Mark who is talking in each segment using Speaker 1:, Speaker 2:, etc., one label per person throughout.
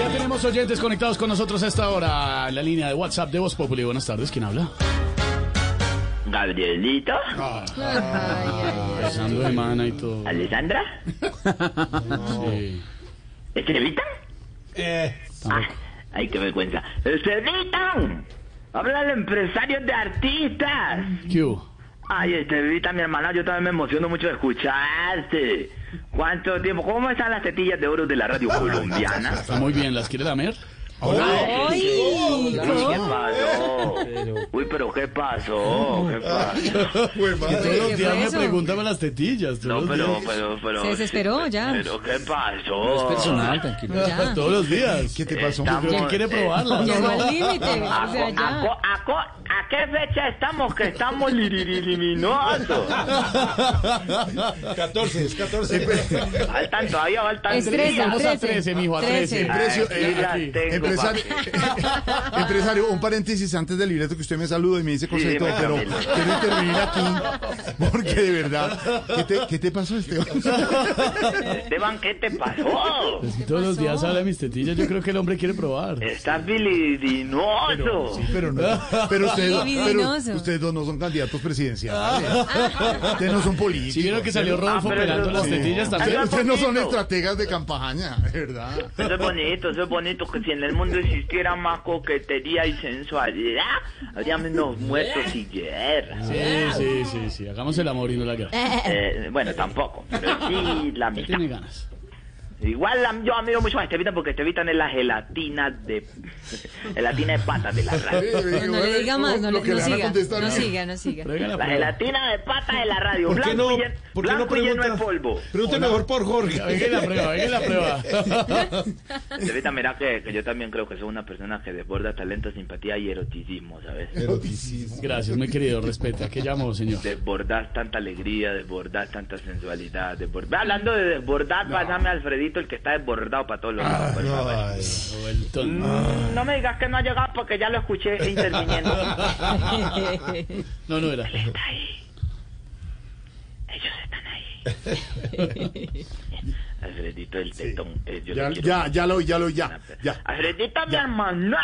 Speaker 1: Ya tenemos oyentes conectados con nosotros a esta hora en la línea de WhatsApp de Voz Populi. Buenas tardes, ¿quién habla?
Speaker 2: Gabrielito,
Speaker 3: Ah.
Speaker 1: Besando de mana y todo.
Speaker 2: Alessandra,
Speaker 1: Sí.
Speaker 2: Estrevita.
Speaker 4: Eh,
Speaker 2: Ah, ay, qué vergüenza. Estrevita, habla el empresario de artistas.
Speaker 1: ¿Qué hubo?
Speaker 2: Ay, Estrevita, mi hermana, yo también me emociono mucho de escucharte. ¿Cuánto tiempo? ¿Cómo están las tetillas de oro de la radio colombiana?
Speaker 1: Está muy bien, ¿las quiere lamer?
Speaker 2: Uy, ¿qué pasó? Uy, pero ¿qué pasó? ¿Qué pasó?
Speaker 4: güey, madre.
Speaker 1: Todos los
Speaker 5: ¿qué
Speaker 1: días
Speaker 5: fue
Speaker 1: me
Speaker 5: eso?
Speaker 1: preguntan las tetillas. todos
Speaker 2: No,
Speaker 1: los
Speaker 2: pero,
Speaker 1: días.
Speaker 2: pero, pero.
Speaker 5: Se desesperó, ya.
Speaker 2: ¿Pero qué pasó?
Speaker 3: tranquilo.
Speaker 5: Ya.
Speaker 1: Todos los días.
Speaker 3: ¿Qué te pasó?
Speaker 2: Estamos-
Speaker 1: Creo que quiere probarlas.
Speaker 5: Llegó
Speaker 1: ¿no?
Speaker 5: al límite. O sea,
Speaker 2: ¿A, co-
Speaker 5: ya.
Speaker 2: a co- a qué fecha estamos que estamos liririminosos?
Speaker 4: 14, es 14.
Speaker 2: Faltan todavía, faltan
Speaker 5: Es
Speaker 2: tres.
Speaker 5: trece.
Speaker 1: Vamos a 13, mijo, a 13.
Speaker 5: Trece.
Speaker 3: precio,
Speaker 2: Aquí
Speaker 3: eh,
Speaker 2: las
Speaker 1: aquí.
Speaker 2: tengo,
Speaker 3: Empresario,
Speaker 2: papi.
Speaker 3: empresario, un paréntesis antes del libreto que usted me saluda y me dice cosas
Speaker 2: Sí,
Speaker 3: y todo,
Speaker 2: dime,
Speaker 3: pero
Speaker 2: Camilo.
Speaker 3: quiero intervenir aquí porque de verdad, ¿qué te, qué te pasó, Esteban?
Speaker 2: Esteban, ¿qué te pasó?
Speaker 1: Si todos los días habla de mis tetillas, yo creo que el hombre quiere probar.
Speaker 2: Estás bilirinoso.
Speaker 3: Pero no, pero ustedes, dos- pero
Speaker 5: Divinoso.
Speaker 3: ustedes dos no son candidatos presidenciales.
Speaker 5: Ah.
Speaker 3: Ustedes no son políticos.
Speaker 1: Si vieron que salió Rodolfo
Speaker 2: Ah, pero
Speaker 1: operando
Speaker 2: eso-
Speaker 1: las tetillas
Speaker 2: Sí.
Speaker 1: también.
Speaker 3: Ustedes, ustedes no son
Speaker 2: poquito.
Speaker 3: estrategas de campaña, de verdad.
Speaker 2: Eso es bonito, eso es bonito, que si en el mundo existiera más coquetería y sensualidad, habría menos muertos y guerras.
Speaker 1: Sí, sí, sí, sí. Hagamos el amor y no la guerra.
Speaker 2: Eh, bueno, tampoco, pero sí la
Speaker 1: Ya
Speaker 2: amistad.
Speaker 1: tiene ganas.
Speaker 2: Igual la- yo admiro mucho a Estevita porque Estevita es la gelatina de gelatina de patas de la radio.
Speaker 5: No, no le diga más, no,
Speaker 3: eh, Lo
Speaker 5: le-
Speaker 3: que
Speaker 5: no
Speaker 3: le van a
Speaker 5: siga,
Speaker 3: contestar.
Speaker 5: no siga, no siga.
Speaker 1: Pero hágala
Speaker 2: La
Speaker 1: prueba.
Speaker 2: gelatina de patas de la radio.
Speaker 4: ¿Por qué
Speaker 2: Blanco
Speaker 4: no,
Speaker 2: y, llen-
Speaker 4: por qué no
Speaker 2: blanco y lleno de
Speaker 4: pregunta?
Speaker 2: polvo.
Speaker 4: Pregunte mejor por Jorge.
Speaker 1: Venga y la prueba, venga y la prueba.
Speaker 2: Estevita, mira que, que yo también creo que soy una persona que desborda talento, simpatía y eroticismo, ¿sabes?
Speaker 1: Gracias, muy querido. Respeta. ¿Qué llamo, señor?
Speaker 2: Desbordar tanta alegría, desbordar tanta sensualidad, desbordar... Hablando de desbordar, pásame a Alfredito, el que está desbordado para
Speaker 4: Ah,
Speaker 2: todos los lados. por favor. Mm,
Speaker 1: Vueltón.
Speaker 2: No me digas que no ha llegado porque ya lo escuché interviniendo.
Speaker 1: No, no era.
Speaker 2: está ahí. Ellos están ahí. Alfredito el tetón. eh, yo
Speaker 3: Ya,
Speaker 2: le quiero-
Speaker 3: ya, ya lo oí, ya lo oí, ya. ya.
Speaker 2: Alfredito, mi hermano.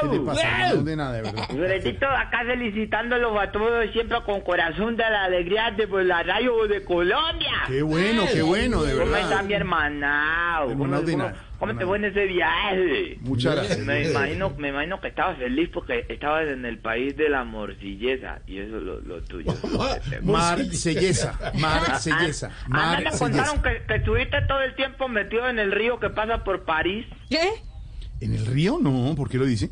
Speaker 3: ¿Qué le pasa? No, de nada, de verdad.
Speaker 2: Alfredito, acá felicitándolo a todos siempre con corazón de la alegría de por la radio de Colombia.
Speaker 3: Qué bueno, qué bueno, de
Speaker 2: ¿Cómo está mi
Speaker 3: verdad.
Speaker 2: hermano? ¿Cómo,
Speaker 3: Hermano
Speaker 2: cómo,
Speaker 3: ordinario.
Speaker 2: cómo te fue en ese viaje?
Speaker 3: Muchas gracias.
Speaker 2: Me imagino, me imagino que estabas feliz porque estabas en el país de la morcilleza y eso es lo, lo tuyo.
Speaker 3: Marsellesa, Marsellesa,
Speaker 2: Ah, me contaron
Speaker 3: Marsellesa.
Speaker 2: que, que estuviste todo el tiempo metido en el río que pasa por París,
Speaker 5: ¿Qué?
Speaker 3: ¿En el río? No, ¿por qué lo dice?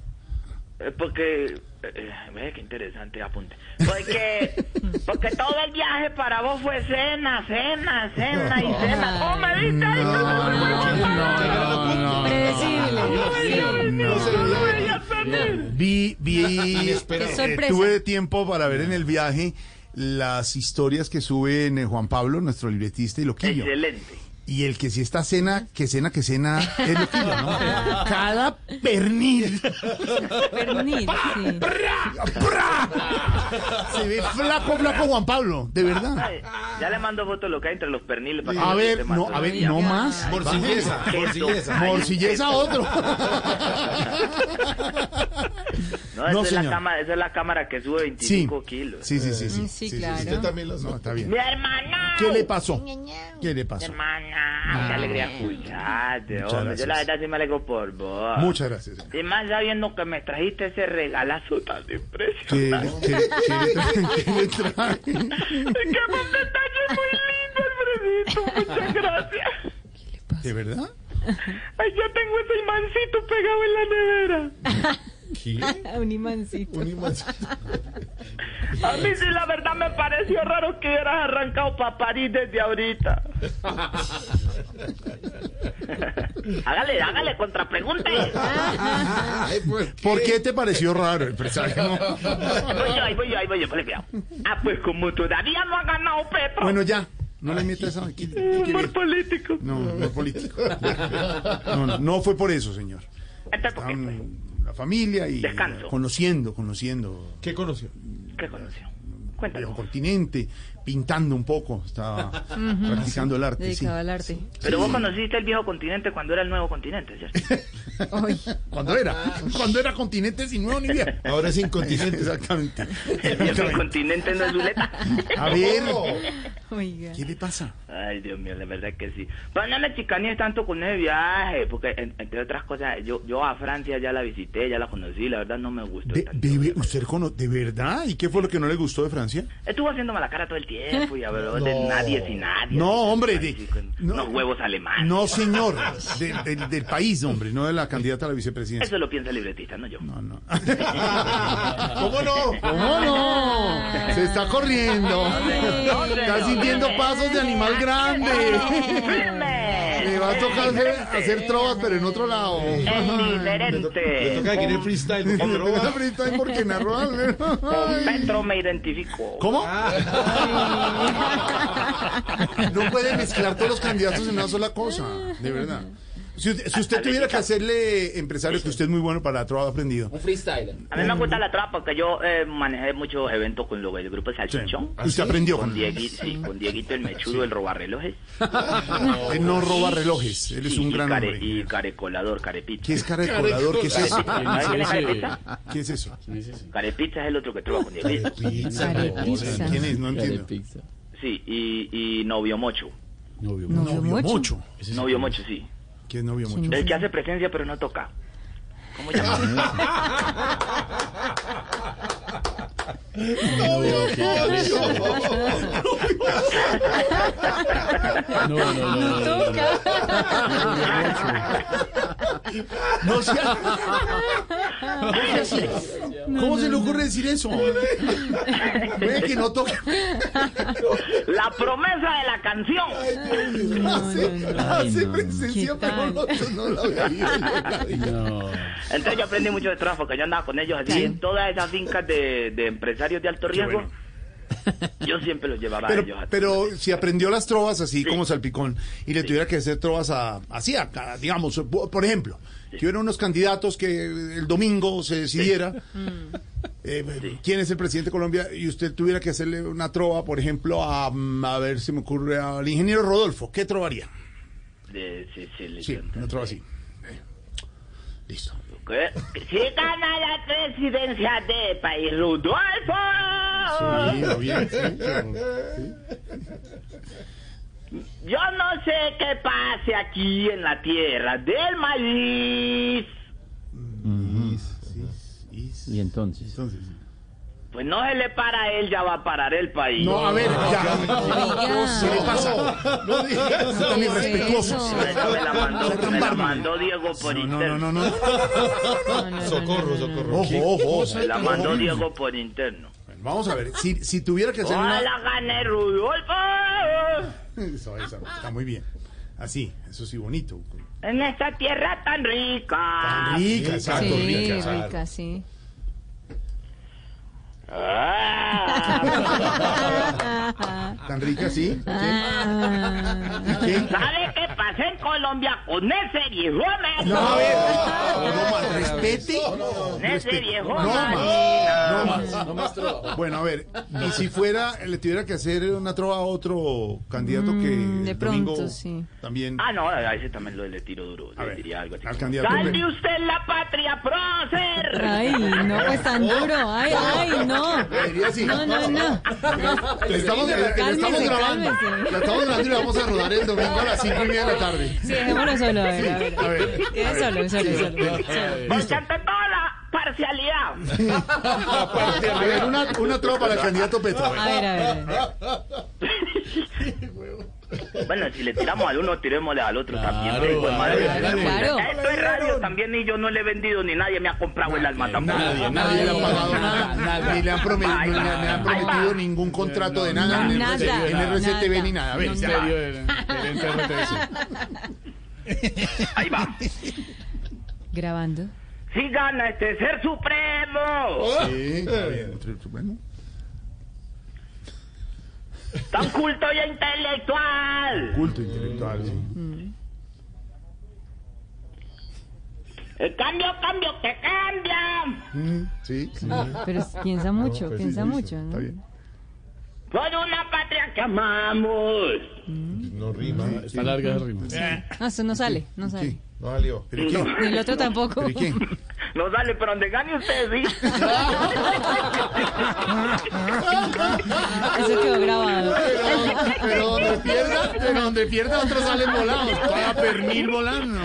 Speaker 2: eh, porque... eh, eh, ve, qué interesante apunte. Porque, porque todo el viaje para vos fue cena, cena, cena y cena. ¡Oh, me diste! ahí, no, no, no, no, no,
Speaker 5: Predecible.
Speaker 3: Vi, vi,
Speaker 5: Qué sorpresa.
Speaker 3: tuve tiempo para ver en el viaje las historias que suben eh, Juan Pablo, nuestro libretista y loquillo.
Speaker 2: Excelente.
Speaker 3: Y el que sí está cena, que cena, que cena, es loquillo, ¿no? Cada pernil
Speaker 5: Pernil, sí.
Speaker 3: ¡Pra! Se ve flaco, flaco Juan Pablo, de verdad.
Speaker 2: Ay, Ya le mando fotos lo que hay entre los perniles. para que
Speaker 3: A
Speaker 2: no
Speaker 3: ver,
Speaker 2: esté
Speaker 3: no,
Speaker 2: matando
Speaker 3: a ver,
Speaker 2: ya.
Speaker 3: no más.
Speaker 4: Morcillesa, morcillesa.
Speaker 3: Morcillesa otro.
Speaker 2: No, esa,
Speaker 3: No,
Speaker 2: es la
Speaker 3: señor.
Speaker 2: cámara, esa es la cámara que sube 25 kilos.
Speaker 3: Sí, sí, sí, sí.
Speaker 5: Mm, Sí, claro.
Speaker 4: Usted también lo
Speaker 3: No,
Speaker 4: sabe.
Speaker 3: está bien.
Speaker 2: ¡Mi hermana!
Speaker 3: ¿Qué le pasó? ¿Qué le pasó?
Speaker 2: Hermana, qué alegría escucharte,
Speaker 3: Ah, Muchas
Speaker 2: hombre. Yo la
Speaker 3: gracias.
Speaker 2: verdad sí me alegro por vos.
Speaker 3: Muchas gracias. señor.
Speaker 2: Y más sabiendo que me trajiste ese regalazo tan
Speaker 3: ¿Qué,
Speaker 2: impresionante.
Speaker 3: qué, qué le tra- qué le trae?
Speaker 2: ¡Qué un detalle muy lindo, Alfredito! Muchas gracias.
Speaker 3: ¿De verdad?
Speaker 2: Ay, ya tengo ese imancito pegado en la nevera.
Speaker 5: Un imancito.
Speaker 4: Un imán.
Speaker 2: A mí sí la verdad me pareció raro que hubieras arrancado para París desde ahorita. hágale, hágale, contrapregunte.
Speaker 3: Ah,
Speaker 4: Ay, pues,
Speaker 3: ¿Por qué te pareció raro, empresario?
Speaker 2: Voy yo, ahí voy yo, ahí voy yo, por el cuidado. Ah, pues como todavía no ha ganado Petro.
Speaker 3: Bueno, ya. No le metas a... ¿qué- qué
Speaker 2: por
Speaker 3: quiere?
Speaker 2: político.
Speaker 3: No, no es político. No, no, no fue por eso, señor.
Speaker 2: Entonces, ¿por qué?
Speaker 3: Estaban la familia y
Speaker 2: Descanso.
Speaker 3: conociendo, conociendo.
Speaker 4: ¿Qué conoció?
Speaker 2: ¿Qué conoció? Cuéntame.
Speaker 3: Ah, viejo continente, pintando un poco, estaba practicando el arte. sí.
Speaker 5: Dedicado al arte.
Speaker 2: Pero vos conociste el viejo continente cuando era el nuevo continente, ¿cierto?
Speaker 5: Hoy.
Speaker 3: Cuando era, cuando era continente sin nuevo ni viejo.
Speaker 4: Ahora es incontinente.
Speaker 3: Exactamente. Ah.
Speaker 2: El viejo continente Oh. no es Zuleta.
Speaker 3: A ver,
Speaker 5: Oiga.
Speaker 3: ¿qué le pasa?
Speaker 2: Ay, Dios mío, la verdad que sí. Pero no me chicanees tanto con ese viaje, porque en- entre otras cosas, yo, yo a Francia ya la visité, ya la conocí, la verdad no me gustó
Speaker 3: De,
Speaker 2: tanto.
Speaker 3: de- ¿Usted cono- de verdad? ¿Y qué fue lo que no le gustó de Francia?
Speaker 2: Estuvo haciendo mala cara todo el tiempo y habló de
Speaker 4: No.
Speaker 2: nadie sin nadie.
Speaker 3: No,
Speaker 2: Ay,
Speaker 3: hombre,
Speaker 2: sí,
Speaker 3: de-
Speaker 2: con
Speaker 3: no.
Speaker 2: unos huevos alemanes.
Speaker 3: No, señor. De- del- del país, hombre, no de la candidata a la vicepresidencia.
Speaker 2: Eso lo piensa el libretista, no yo.
Speaker 3: No, Ah, no.
Speaker 4: ¿Cómo no?
Speaker 3: ¿Cómo no? Se está corriendo.
Speaker 2: No, señor.
Speaker 3: Está sintiendo pasos de animal grande.
Speaker 2: ¡Firme!
Speaker 3: Le va a tocar hacer, hacer trovas, pero en otro lado.
Speaker 4: Le
Speaker 2: Indiferente.
Speaker 4: toca que querer freestyle. con droga.
Speaker 3: Ahorita en Porque ¿eh? Narroal, ¿no?
Speaker 2: Con Petro me identifico.
Speaker 3: ¿Cómo? Ah. No puede mezclar todos los candidatos en una sola cosa, de verdad. Si usted, si usted tuviera que hacerle, empresario, que usted es muy bueno para la trova aprendido.
Speaker 6: Un freestyler.
Speaker 2: A mí me gusta la trapa porque yo eh, manejé muchos eventos con lo- el grupo Salchichón.
Speaker 3: Usted aprendió
Speaker 2: Con
Speaker 3: con
Speaker 2: Dieguito, sí, con Dieguito el mechudo, el robarrelojes.
Speaker 3: Él Eh, no roba relojes, él es
Speaker 2: Sí,
Speaker 3: un
Speaker 2: y
Speaker 3: gran
Speaker 2: care-
Speaker 3: hombre.
Speaker 2: Y carecolador, carepita.
Speaker 3: ¿Qué es cara de colador? ¿Qué es eso?
Speaker 2: ¿Sabes quién es
Speaker 1: Sí, sí.
Speaker 2: carepita?
Speaker 3: ¿Qué es eso?
Speaker 2: Carepita es el otro que trova con Dieguito.
Speaker 5: Arepisa.
Speaker 3: ¿Quién es? No entiendo.
Speaker 6: Pizza.
Speaker 2: Sí, y, y novio mocho.
Speaker 1: Novio.
Speaker 5: Novio mocho.
Speaker 3: Mocho.
Speaker 2: Novio mocho, sí.
Speaker 3: ¿Qué es novio mocho?
Speaker 2: El que hace presencia pero no toca. ¿Cómo llama?
Speaker 1: No, no, no, no, no.
Speaker 5: Toca.
Speaker 3: No sea... No sea así. ¿Cómo se le ocurre decir eso? Puede que no toque.
Speaker 2: La promesa de la canción.
Speaker 3: Hace, hace presencia,
Speaker 5: ¿Qué
Speaker 3: pero
Speaker 5: tal?
Speaker 3: no, no la había
Speaker 2: Entonces yo aprendí mucho de trabajo, que yo andaba con ellos así
Speaker 5: Sí.
Speaker 2: en todas esas fincas de, de empresarios de alto riesgo. Yo siempre los llevaba a ellos.
Speaker 3: Pero,
Speaker 2: a-
Speaker 3: pero si aprendió las trovas así como salpicón y le tuviera que hacer trovas a, así, a- a- digamos, po- por ejemplo, que hubiera unos candidatos que el domingo se decidiera eh, quién es el presidente de Colombia y usted tuviera que hacerle una trova, por ejemplo, a, mm, a ver si me ocurre al ingeniero Rodolfo, ¿qué trovaría?
Speaker 2: de- sí, sí, le-
Speaker 3: Sí, una trova así. Eh, Listo.
Speaker 2: ¿Qué? Si gana la presidencia de país, Rodolfo.
Speaker 3: Bien, bien, sí.
Speaker 2: Yo no sé qué pase aquí en la tierra del maíz.
Speaker 6: Y entonces.
Speaker 2: Pues no se le para a él, ya va a parar el país.
Speaker 3: No, a ver, ya.
Speaker 5: Oiga.
Speaker 3: ¿Qué le pasa? No digas, no, tan
Speaker 5: ¿Qué es
Speaker 3: irrespetuosos.
Speaker 5: eso?
Speaker 2: Esa me la mandó,
Speaker 3: Ser tan
Speaker 2: me la
Speaker 3: bárbaro.
Speaker 2: mandó Diego por
Speaker 3: No, no,
Speaker 2: interno.
Speaker 3: no, no, no.
Speaker 5: No, no, no, no, no,
Speaker 4: Socorro,
Speaker 5: no.
Speaker 4: socorro.
Speaker 3: Ojo, ojo, ojo.
Speaker 2: Me la mandó Diego por interno.
Speaker 3: Vamos a ver, si, si tuviera que hacer
Speaker 2: ¡Ojalá
Speaker 3: una...
Speaker 2: gane Rudolfo!
Speaker 3: Eso, eso, está muy bien. Así, eso sí, bonito.
Speaker 2: En esta tierra tan rica.
Speaker 3: Rica, exacto,
Speaker 5: Sí,
Speaker 3: rica.
Speaker 5: rica, sí.
Speaker 2: Ah.
Speaker 3: Tan rica, sí.
Speaker 5: Ah.
Speaker 3: ¿Qué?
Speaker 2: ¿Sabe qué pasa en Colombia con ese viejo
Speaker 3: No,
Speaker 2: marino?
Speaker 3: a ver. No más, respete.
Speaker 2: Con ese viejo
Speaker 3: No
Speaker 2: marino.
Speaker 3: más, no más.
Speaker 6: No más trova.
Speaker 3: Bueno, a ver, y si fuera, le tuviera que hacer una trova a otro candidato que
Speaker 5: Mm, de
Speaker 3: el domingo
Speaker 5: pronto, sí.
Speaker 3: también...
Speaker 2: Ah, no, a ese también lo le tiro duro.
Speaker 3: A
Speaker 2: le
Speaker 3: ver,
Speaker 2: diría algo así.
Speaker 3: al
Speaker 2: como,
Speaker 3: candidato.
Speaker 2: ¡Salve usted la patria, prócer!
Speaker 5: Ay, no, pues tan duro. Ay, ay, no.
Speaker 3: Le diría así.
Speaker 5: No, no, no.
Speaker 3: Le estamos, le- le
Speaker 5: Cálmese,
Speaker 3: estamos grabando.
Speaker 5: cálmese.
Speaker 3: La estamos grabando y la vamos a rodar el domingo a las 5 y media de la tarde.
Speaker 5: Sí, dejémoslo solo, a ver, a ver.
Speaker 3: A ver.
Speaker 5: Quede solo, solo, solo.
Speaker 2: Porque ante toda la parcialidad.
Speaker 3: A ver, una, una trova para el candidato Petro.
Speaker 5: A ver, a ver. a ver.
Speaker 2: Bueno, si le tiramos al uno, tirémosle al otro también.
Speaker 1: Claro,
Speaker 2: pero igual, madre,
Speaker 1: claro,
Speaker 2: tenemos-
Speaker 5: claro.
Speaker 2: Esto es radio también y yo no le he vendido ni nadie me ha comprado el alma tampoco.
Speaker 1: Nadie,
Speaker 3: Nadie
Speaker 1: nadie.
Speaker 3: le ha pagado nada, ni le han, promet-
Speaker 2: Ahí
Speaker 3: no le han-
Speaker 2: va.
Speaker 3: le han
Speaker 2: Ahí
Speaker 3: prometido
Speaker 2: va.
Speaker 3: ningún contrato de nada, en,
Speaker 5: Nada,
Speaker 3: RCTV, en RCTV ni nada. A ver, ya va.
Speaker 1: Ministerio del- del NTRTS.
Speaker 2: Ahí va.
Speaker 5: Grabando.
Speaker 2: Si gana este ser supremo,
Speaker 3: Sí, está bien. Bueno.
Speaker 2: tan culto y intelectual,
Speaker 3: Culto intelectual. sí.
Speaker 2: el Eh, cambio, cambio, que cambia.
Speaker 3: Mm, Sí, sí.
Speaker 5: Ah.
Speaker 3: Ah, pues
Speaker 5: Pero piensa mucho, piensa mucho,
Speaker 3: Está
Speaker 5: ¿no?
Speaker 3: bien.
Speaker 2: Por una patria que amamos.
Speaker 4: No rima.
Speaker 1: Está larga esa rima.
Speaker 5: No, Ah, eso no sale, no sale.
Speaker 3: Sí.
Speaker 4: No salió.
Speaker 3: ¿Pero quién?
Speaker 5: Ni el otro tampoco.
Speaker 3: ¿Pero quién?
Speaker 2: No dale, pero donde gane usted, sí.
Speaker 5: Eso quedó grabado.
Speaker 3: Pero donde pierda, pero donde pierda, otros salen volados. Para pernil volando.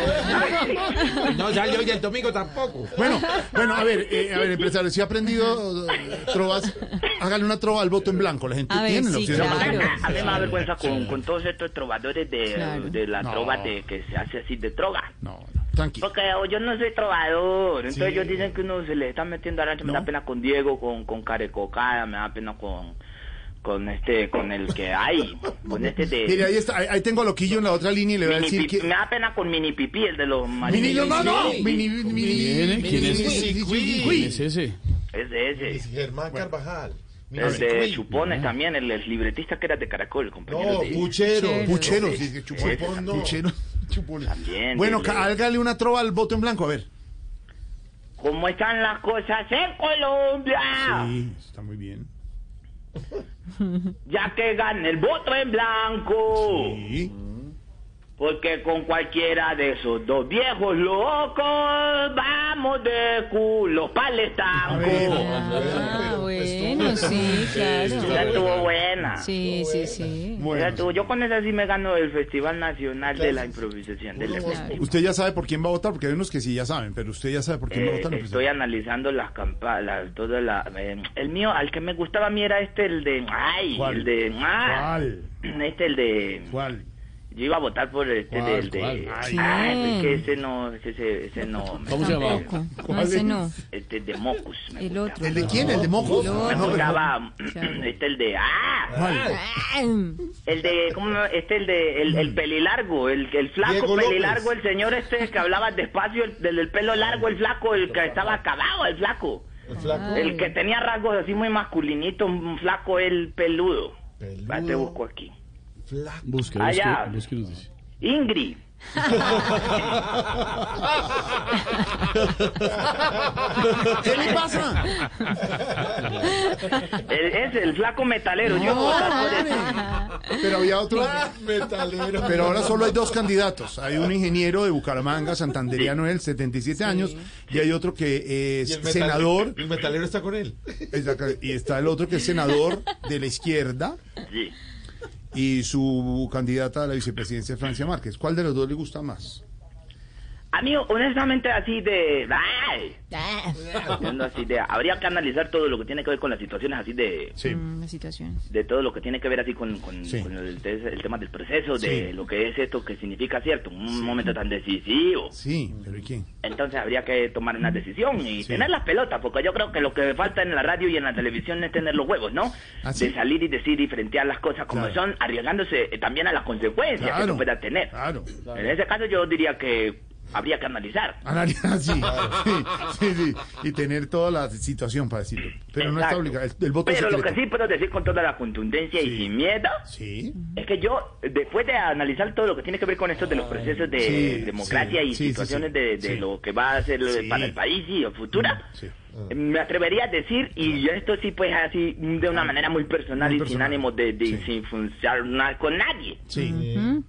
Speaker 4: No salió y el domingo tampoco.
Speaker 3: Bueno, bueno, a ver, eh, a ver, empresario, si ha aprendido eh, trovas, hágale una trova al voto en blanco. La gente
Speaker 5: A ver,
Speaker 3: tiene la
Speaker 5: sí,
Speaker 3: opción.
Speaker 5: claro.
Speaker 2: A mí me da vergüenza con, con todos estos trovadores de,
Speaker 5: Claro.
Speaker 2: de la
Speaker 3: No.
Speaker 2: trova de, que se hace así de droga.
Speaker 3: No, no, tranquilo.
Speaker 2: Porque o yo no soy trovador, entonces ellos dicen que uno se le está metiendo a la me da pena con Diego, con, con Carecocada, me da pena con con este, con el que hay, con este de
Speaker 3: Mire, ahí está, ahí, ahí tengo a Loquillo en la otra línea y le voy a
Speaker 2: Mini
Speaker 3: decir
Speaker 2: Pipí, me
Speaker 3: que.
Speaker 2: da pena con mini pipí, el de los
Speaker 3: Mini, no,
Speaker 2: maridos.
Speaker 3: no, no. Mini,
Speaker 1: ¿Quién es?
Speaker 3: mini,
Speaker 1: ¿Quién es?
Speaker 3: mini-
Speaker 1: ¿Quién es ese?
Speaker 2: Es de ese.
Speaker 4: Germán Carvajal. Mira,
Speaker 2: El de
Speaker 4: sí.
Speaker 2: Chupones también, el, el libretista que era de Caracol, compañero.
Speaker 4: No,
Speaker 2: de-
Speaker 4: puchero.
Speaker 3: Puchero, sí, que chupó.
Speaker 4: Chupón, no.
Speaker 3: Puchero, chupó.
Speaker 2: También,
Speaker 3: Bueno,
Speaker 2: sí,
Speaker 3: ca-
Speaker 2: sí.
Speaker 3: hágale una trova al voto en blanco, a ver.
Speaker 2: ¿Cómo están las cosas en Colombia?
Speaker 3: Sí, está muy bien.
Speaker 2: Ya que gane el voto en blanco.
Speaker 3: Sí.
Speaker 2: Porque con cualquiera de esos dos viejos locos vamos de culo pa'l estanco.
Speaker 5: Ah, bueno, sí,
Speaker 2: Ya
Speaker 5: claro.
Speaker 2: estuvo buena.
Speaker 5: Sí, sí, sí.
Speaker 2: Ya
Speaker 3: Bueno,
Speaker 2: estuvo- Yo con esa sí me gano el Festival Nacional de la Improvisación del Efectivo.
Speaker 3: usted ya sabe por quién va a votar, porque hay unos que sí ya saben, pero usted ya sabe por quién va a
Speaker 2: Eh,
Speaker 3: votar. ¿no?
Speaker 2: estoy analizando las campanas, toda la, eh, el mío, al que me gustaba a mí era este, el de, ay,
Speaker 3: ¿Cuál?
Speaker 2: el de, ah,
Speaker 3: ¿Cuál?
Speaker 2: este, el de,
Speaker 3: ¿Cuál?
Speaker 2: yo iba a votar por este,
Speaker 1: ¿Cuál,
Speaker 2: del de,
Speaker 1: cuál?
Speaker 2: ay,
Speaker 3: ¿Quién?
Speaker 2: es que ese no, es que ese, ese no,
Speaker 1: ¿Cómo se llamaba?
Speaker 5: Tampoco. No,
Speaker 3: ¿Cuál
Speaker 5: ese
Speaker 3: es?
Speaker 5: no.
Speaker 2: este de Mocus, me
Speaker 5: El
Speaker 2: gustaba.
Speaker 5: otro.
Speaker 3: ¿El de quién? ¿El de Mojo?
Speaker 5: No,
Speaker 2: Me
Speaker 3: No, pero-
Speaker 2: gustaba,
Speaker 5: Claro.
Speaker 2: este, el de, ah,
Speaker 3: ¿Cuál?
Speaker 5: em.
Speaker 2: el de, ¿cómo? no? Este, el de, el, el pelilargo, el, el flaco
Speaker 4: Diego López.
Speaker 2: pelilargo, el señor este que hablaba despacio, el, del del pelo largo, el flaco, el que estaba acabado, el flaco.
Speaker 4: El flaco.
Speaker 5: Ay.
Speaker 2: El que tenía rasgos así muy masculinitos, un flaco, el peludo.
Speaker 4: Peludo.
Speaker 2: Va, te busco aquí.
Speaker 4: Flaco.
Speaker 1: Busque,
Speaker 2: Ah,
Speaker 1: busque,
Speaker 2: ya.
Speaker 1: busque, nos dice.
Speaker 2: Ingrid.
Speaker 5: Ah.
Speaker 3: ¿Qué le pasa?
Speaker 2: El- E-, es el flaco metalero. Yo voy a votar por ese.
Speaker 3: Pero había otro.
Speaker 4: Ah, Metalero.
Speaker 3: Pero ahora solo hay dos candidatos. Hay un ingeniero de Bucaramanga, santanderiano, de 77 años, y hay otro que es
Speaker 4: Y el metalero-
Speaker 3: senador,
Speaker 4: El metalero está con él.
Speaker 3: Exacto, y está el otro que es senador de la izquierda,
Speaker 2: Sí.
Speaker 3: y su candidata a la vicepresidencia Francia Márquez. ¿Cuál de los dos le gusta más?
Speaker 2: A mí, honestamente, así de... ay, haciendo así de... Habría que analizar todo lo que tiene que ver con las situaciones así de...
Speaker 3: Sí.
Speaker 5: La situación.
Speaker 2: De todo lo que tiene que ver así con, con,
Speaker 3: Sí.
Speaker 2: con el, el tema del proceso, de
Speaker 3: Sí.
Speaker 2: lo que es esto, que significa, ¿cierto? Un momento tan decisivo.
Speaker 3: Sí, pero ¿y quién?
Speaker 2: Entonces habría que tomar una decisión y
Speaker 3: Sí.
Speaker 2: tener las pelotas, porque yo creo que lo que falta en la radio y en la televisión es tener los huevos, ¿no?
Speaker 3: ¿Ah, sí?
Speaker 2: De salir y decir y frentear las cosas como
Speaker 3: Claro.
Speaker 2: son, arriesgándose eh, también a las consecuencias que
Speaker 3: Claro.
Speaker 2: eso pueda tener.
Speaker 3: Claro.
Speaker 2: En ese caso yo diría que habría que analizar.
Speaker 3: Analizar, sí, sí, sí, sí. Y tener toda la situación para decirlo. Pero no está
Speaker 2: Exacto.
Speaker 3: obligado. El, el voto es
Speaker 2: Pero lo que
Speaker 3: secreto.
Speaker 2: sí puedo decir con toda la contundencia
Speaker 3: Sí.
Speaker 2: y sin miedo
Speaker 3: Sí.
Speaker 2: es que yo, después de analizar todo lo que tiene que ver con esto de los procesos de
Speaker 3: Sí,
Speaker 2: democracia
Speaker 3: sí,
Speaker 2: y
Speaker 3: sí, sí,
Speaker 2: situaciones
Speaker 3: sí.
Speaker 2: de, de
Speaker 3: Sí.
Speaker 2: lo que va a ser
Speaker 3: Sí. Mm,
Speaker 2: para el país y el futuro,
Speaker 3: Sí. Ah.
Speaker 2: Me atrevería a decir, y yo esto sí pues así de una manera muy personal
Speaker 3: Ah, Muy
Speaker 2: y sin
Speaker 3: personal.
Speaker 2: ánimo de, de-
Speaker 3: Sí.
Speaker 2: sin funcionar con nadie.
Speaker 3: Sí.
Speaker 4: Eh,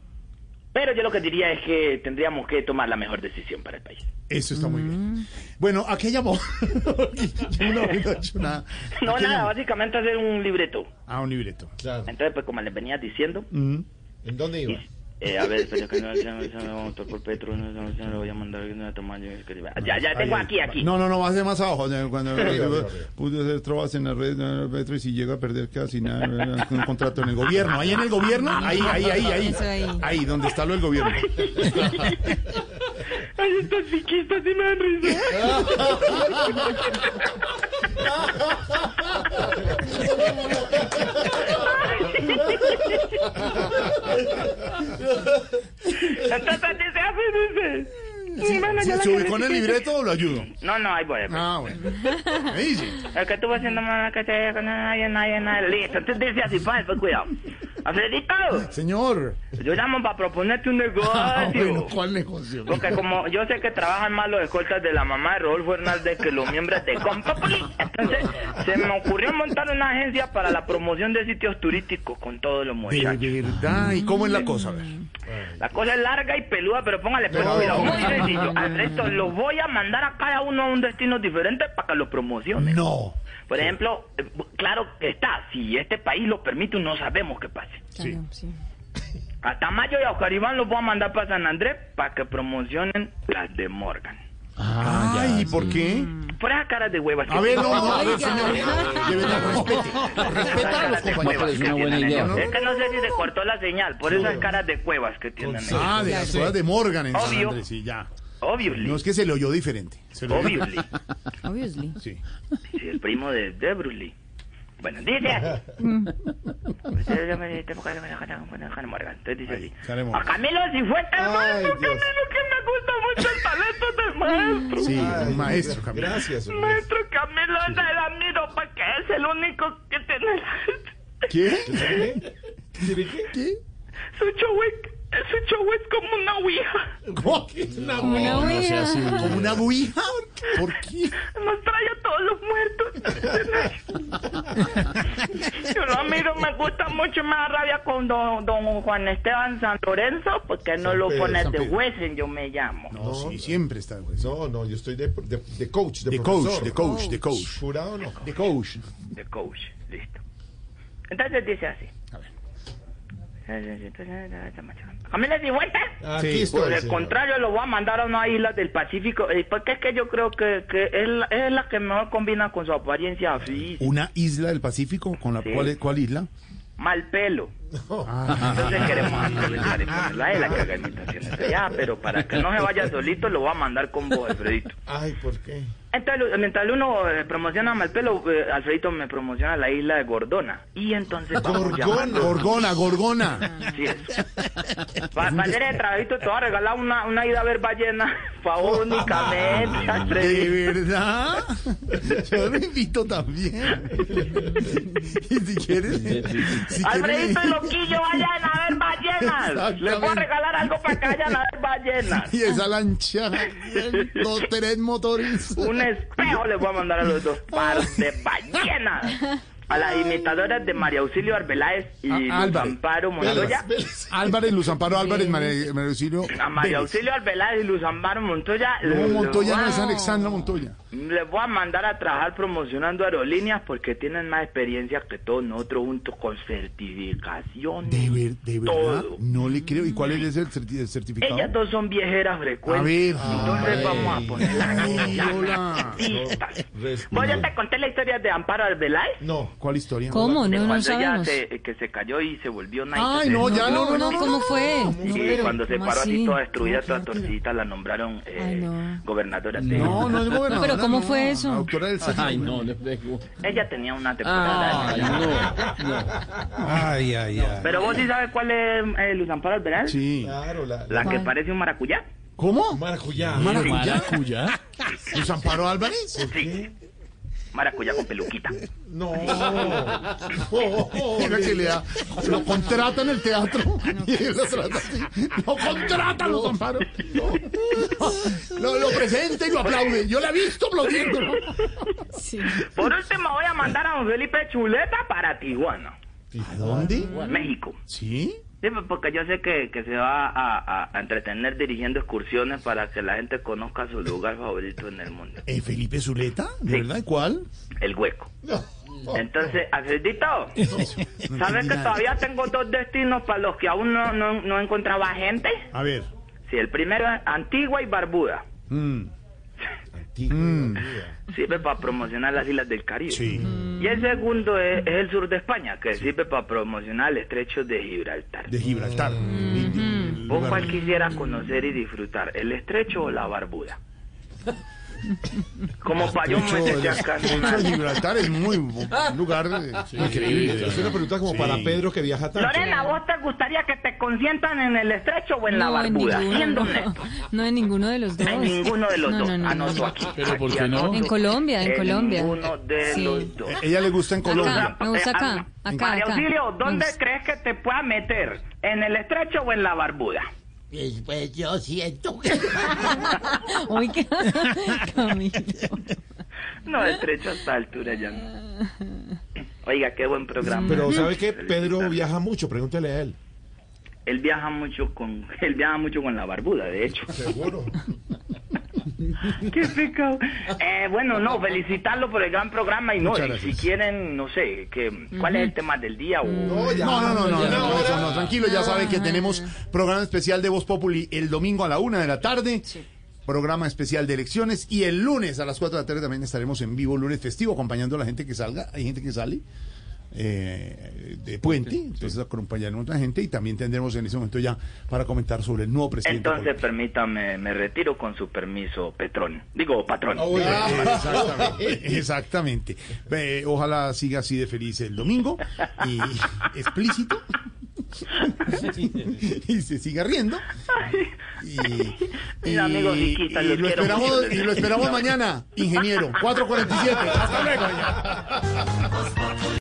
Speaker 2: Pero yo lo que diría es que tendríamos que tomar la mejor decisión para el país.
Speaker 3: Eso está muy bien.
Speaker 5: Mm.
Speaker 3: Bueno, ¿a qué llamó? Yo no había hecho nada. ¿A
Speaker 2: No,
Speaker 3: qué
Speaker 2: nada,
Speaker 3: llamó?
Speaker 2: básicamente hacer un libreto.
Speaker 3: Ah, un libreto.
Speaker 4: Claro.
Speaker 2: Entonces, pues como les venía diciendo,
Speaker 3: Mm.
Speaker 4: ¿En dónde iba?
Speaker 2: eh, a ver, pero que no se me va a votar por Petro, no se me- se me lo voy a mandar que no voy a tomar yo. que- Ya, ya tengo
Speaker 3: Ahí,
Speaker 2: aquí, aquí.
Speaker 3: No, no, no, Ah, va a ser más abajo. Cuando-
Speaker 4: arriba.
Speaker 3: Cuando pude hacer trovas en la red, no, Petro, y si llega a perder casi nada, un contrato en el gobierno. Ahí en el gobierno, ahí, ahí, ahí, ahí.
Speaker 5: Eso ahí.
Speaker 3: Ahí, donde está lo del gobierno.
Speaker 2: Ay, estos chiquistas sí me dan risa. Entonces, dice, "Ah, pues, dice, bueno, ya
Speaker 3: ¿Se,
Speaker 2: la
Speaker 3: se ubicó en el
Speaker 2: califiqué".
Speaker 3: libreto o lo ayudo?
Speaker 2: No, no, ahí voy. pues.
Speaker 3: Ah, bueno. Me dice.
Speaker 2: El que estuvo haciendo más que te con nadie, nadie, nadie. Listo, entonces dice así, pa, pues cuidado. Alfredito,
Speaker 3: Señor.
Speaker 2: yo llamo para proponerte un negocio.
Speaker 3: Ah, bueno, ¿cuál negocio?
Speaker 2: Porque como yo sé que trabajan más los escoltas de la mamá de Rodolfo Hernández que los miembros de Compopoli, entonces se me ocurrió montar una agencia para la promoción de sitios turísticos con todos los muchachos.
Speaker 3: De verdad, ¿y cómo es la cosa? A ver.
Speaker 2: La cosa es larga y peluda, pero póngale pues cuidado. Muy sencillo. Al resto, los voy a mandar a cada uno a un destino diferente para que lo promocione.
Speaker 3: No.
Speaker 2: Por ejemplo, eh, claro que está, si este país lo permite, no sabemos qué pase.
Speaker 5: Claro, sí.
Speaker 2: A Tamayo y a Oscar Iván los voy a mandar para San Andrés para que promocionen las de Morgan.
Speaker 1: Ah,
Speaker 3: Ay, ¿y por qué?
Speaker 2: Fuera caras de huevas.
Speaker 3: Ah, Mm. A ver, no, no, a ver,
Speaker 5: Oiga.
Speaker 3: señor. De verdad, respete. Respeta a los compañeros.
Speaker 6: es una buena idea.
Speaker 2: Es que no sé si se cortó la señal, por esas caras de cuevas que tienen. ellos.
Speaker 3: Ah, de las cosas de Morgan en San
Speaker 2: Obvio.
Speaker 3: Andrés, sí, ya.
Speaker 2: Obviously.
Speaker 3: No es que se le oyó diferente. Se le oyó-
Speaker 2: Obviously.
Speaker 5: Obviously.
Speaker 3: Sí.
Speaker 2: Sí, el primo de, de Bruce Lee. Bueno, dice así. Ustedes ya me dijiste, ¿por qué me dejaron con el Hannah Morgan? Entonces dice así.
Speaker 3: Hannah Morgan.
Speaker 2: A Camilo Cifuentes,
Speaker 4: Ay,
Speaker 2: maestro
Speaker 4: Dios.
Speaker 2: Camilo, que me gusta mucho el talento del maestro.
Speaker 3: Sí,
Speaker 4: Ay,
Speaker 3: un maestro, Camilo.
Speaker 4: Gracias, hombre.
Speaker 2: Maestro Camilo, te la admiro porque es el único que tiene la-
Speaker 3: ¿Qué? ¿Qué?
Speaker 2: su show es, su show es como una ouija.
Speaker 3: ¿Cómo?
Speaker 5: Como una oveja.
Speaker 3: ¿Como una ouija? ¿Por qué?
Speaker 2: Nos trae a todos los muertos. Yo lo miro, me gusta mucho, me da rabia con don, don Juan Esteban San Lorenzo, porque no lo
Speaker 4: Pedro,
Speaker 2: pone
Speaker 3: San
Speaker 2: de
Speaker 3: Pedro.
Speaker 2: juez, yo me llamo.
Speaker 3: No, sí, siempre está. güey.
Speaker 4: No, no, yo estoy de, de, de coach, de,
Speaker 3: De coach,
Speaker 4: profesor.
Speaker 3: de coach, de coach.
Speaker 4: ¿Jurado no?
Speaker 3: De coach.
Speaker 2: De coach, listo. Entonces dice así.
Speaker 3: A ver.
Speaker 2: Camila Cifuentes,
Speaker 4: Aquí
Speaker 3: Sí,
Speaker 4: estoy,
Speaker 2: por el
Speaker 4: señor.
Speaker 2: contrario, lo voy a mandar a una isla del Pacífico, eh, porque es que yo creo que, que es, la, es la que mejor combina con su apariencia física,
Speaker 3: ¿Una isla del Pacífico? ¿Con la
Speaker 2: Sí.
Speaker 3: cuál, cuál isla?
Speaker 2: mal pelo.
Speaker 4: Oh.
Speaker 3: Ah,
Speaker 2: Entonces queremos aprovechar y ponerla de la que haga imitaciones allá, pero para que no se vaya solito, lo voy a mandar con vos, Alfredito.
Speaker 4: Ay, ¿por qué?
Speaker 2: Entonces, mientras uno eh, promociona Malpelo, eh, Alfredito me promociona la isla de Gordona. Y entonces vamos llamando-
Speaker 3: Gorgona, Gorgona.
Speaker 2: Así es. Para hacer el trabajito, te voy a regalar una, una ida a ver ballena. Favor únicamente,
Speaker 3: ¿De
Speaker 2: Alfredito.
Speaker 3: verdad? Yo lo invito también. Y si quieres... Si quieres
Speaker 2: Alfredito y Loquillo, vayan a ver ballenas. Les voy a
Speaker 3: Exactamente.
Speaker 2: regalar algo para que vayan a ver ballenas.
Speaker 3: y esa lancha, los tres motores.
Speaker 2: Un espejo les voy a mandar a los dos pares de ballenas. A las imitadoras de María Auxilio Arbeláez y
Speaker 3: Ah,
Speaker 2: Luz
Speaker 3: Álvarez.
Speaker 2: Amparo Montoya.
Speaker 3: Álvarez, Luz Amparo Álvarez, María María Auxilio.
Speaker 2: A María
Speaker 3: Vélez.
Speaker 2: Auxilio Arbeláez y Luz Amparo Montoya.
Speaker 3: No,
Speaker 2: les-
Speaker 3: Montoya no
Speaker 2: les
Speaker 3: es Alexandra Montoya.
Speaker 2: Les voy a mandar a trabajar promocionando aerolíneas porque tienen más experiencia que todos nosotros juntos con certificaciones.
Speaker 3: De, ver- de verdad,
Speaker 2: Todo.
Speaker 3: no le creo. ¿Y cuál es el, certi- el certificado?
Speaker 2: Ellas dos son viejeras
Speaker 3: A
Speaker 2: frecuentes.
Speaker 3: ver.
Speaker 2: Entonces vamos a poner
Speaker 3: Ay, hola.
Speaker 2: listas.
Speaker 4: Respiro.
Speaker 2: Voy a te conté la historia de Amparo Arbeláez.
Speaker 4: No.
Speaker 3: ¿Cuál historia?
Speaker 5: ¿Cómo?
Speaker 2: de
Speaker 5: No, no
Speaker 2: cuando ella
Speaker 5: sabemos.
Speaker 2: se, que se cayó y se volvió una
Speaker 3: Ay, no, ya no, no, no.
Speaker 5: ¿cómo fue?
Speaker 2: Y
Speaker 5: No, pero,
Speaker 2: cuando se
Speaker 5: ¿cómo
Speaker 2: paró así
Speaker 5: así?
Speaker 2: toda destruida,
Speaker 5: ¿Cómo
Speaker 2: toda
Speaker 5: fue?
Speaker 2: torcida, la nombraron eh,
Speaker 5: Ay, no.
Speaker 2: gobernadora de...
Speaker 3: No, no es gobernadora.
Speaker 5: Pero ¿cómo
Speaker 3: no,
Speaker 5: fue eso?
Speaker 3: la Autora del sexo.
Speaker 6: Ay, no, le pego.
Speaker 2: Ella tenía una
Speaker 5: Ah,
Speaker 2: temporada.
Speaker 6: Ay, no. no.
Speaker 4: Ay, ay, ay.
Speaker 2: Pero vos sí sabes cuál es eh, Luz Amparo Alveral.
Speaker 3: Sí.
Speaker 4: Claro, la,
Speaker 2: La que
Speaker 5: ¿Cuál?
Speaker 2: parece un maracuyá.
Speaker 3: ¿Cómo?
Speaker 4: maracuyá.
Speaker 1: Maracuya.
Speaker 3: ¿Luz Pues Amparo Álvarez?
Speaker 2: Sí. Maracuyá con peluquita.
Speaker 4: No.
Speaker 3: Oh, Es la que le da- Lo contrata en el teatro y él lo trata así. Lo contrata, Luz Amparo. No. Lo, lo presenta y lo aplaude. Yo la he visto aplaudiendo.
Speaker 5: Sí.
Speaker 2: Por último, voy a mandar a don Felipe Chuleta para Tijuana,
Speaker 3: ¿A dónde?
Speaker 2: México.
Speaker 3: ¿Sí?
Speaker 2: Sí, pues, porque yo sé que, que se va a, a- a entretener dirigiendo excursiones para que la gente conozca su lugar favorito en el mundo,
Speaker 3: ¿Eh, ¿Felipe Zuleta? ¿De
Speaker 2: Sí.
Speaker 3: verdad? ¿Y ¿Cuál?
Speaker 2: el hueco.
Speaker 4: No.
Speaker 2: Entonces, Alfredito,
Speaker 3: No
Speaker 2: ¿sabes
Speaker 3: entendí
Speaker 2: que
Speaker 3: nada.
Speaker 2: todavía tengo dos destinos para los que aún no, no, no encontraba gente?
Speaker 3: A ver.
Speaker 2: Sí, el primero es Antigua y Barbuda.
Speaker 3: Mm,
Speaker 4: Antigua, mira.
Speaker 2: Sirve para promocionar las islas del Caribe.
Speaker 3: sí.
Speaker 2: Y el segundo es, es el sur de España, que sirve para promocionar el estrecho de Gibraltar.
Speaker 3: De Gibraltar. Lindo.
Speaker 2: ¿Vos cuál quisieras conocer y disfrutar, el estrecho o la barbuda? Como para yo
Speaker 3: Estrecho
Speaker 2: meterse
Speaker 3: de-
Speaker 2: acá. en
Speaker 3: Estrecho de
Speaker 2: una-
Speaker 3: Gibraltar es muy bu- un lugar eh,
Speaker 1: Increíble.
Speaker 4: Es una pregunta como para Pedro que viaja tanto.
Speaker 2: Lorena, ¿vos te gustaría que te consientan en el estrecho o en la
Speaker 5: No, en
Speaker 2: barbuda? Siendo
Speaker 5: ninguno. No,
Speaker 2: honesto.
Speaker 5: no, en ninguno de los dos.
Speaker 2: En ninguno de los
Speaker 5: No,
Speaker 2: dos. Ah,
Speaker 5: no, no,
Speaker 2: anoto
Speaker 5: no.
Speaker 2: aquí.
Speaker 1: Pero ¿por
Speaker 2: aquí
Speaker 1: qué no?
Speaker 2: anoto.
Speaker 5: En Colombia, en Colombia.
Speaker 2: ninguno de
Speaker 5: Sí.
Speaker 2: los dos.
Speaker 3: eh, Ella le gusta en Colombia.
Speaker 5: me gusta acá,
Speaker 2: Eh, ah,
Speaker 5: acá,
Speaker 2: María
Speaker 5: acá.
Speaker 2: Auxilio, ¿dónde
Speaker 5: Me gusta.
Speaker 2: crees que te pueda meter? ¿En el estrecho o en la barbuda?
Speaker 7: Pues, pues yo siento que...
Speaker 5: Uy, qué... Camilo.
Speaker 2: No, estrecho a esta altura ya no. Oiga, qué buen programa.
Speaker 4: Pero ¿sabe qué? Pedro viaja mucho, pregúntale a él.
Speaker 2: Él viaja mucho con él viaja mucho con la barbuda, de hecho.
Speaker 4: Seguro.
Speaker 2: Qué pecado. Eh, bueno, no, felicitarlo por el gran programa y no,
Speaker 3: Muchas
Speaker 2: y si
Speaker 3: gracias.
Speaker 2: quieren, no sé, que cuál es el tema del día o
Speaker 3: No, no, no, no, no, no, eso no, tranquilo, ya sabe que tenemos programa especial de Voz Populi el domingo a la una de la tarde, programa especial de elecciones y el lunes a las cuatro de la tarde también estaremos en vivo, lunes festivo, acompañando a la gente que salga, hay gente que sale eh, de puente, entonces acompañaremos a la gente y también tendremos en ese momento ya para comentar sobre el nuevo presidente.
Speaker 2: Entonces, permítame, me retiro con su permiso, Petrón. Digo, patrón.
Speaker 3: eh, Exactamente. exactamente. Eh, ojalá siga así de feliz el domingo y explícito. y se siga riendo. Y,
Speaker 2: Mis amigos chiquitas, los
Speaker 3: lo
Speaker 2: quiero
Speaker 3: esperamos,
Speaker 2: mucho.
Speaker 3: y lo esperamos mañana, ingeniero. 4.47. Hasta luego. ya.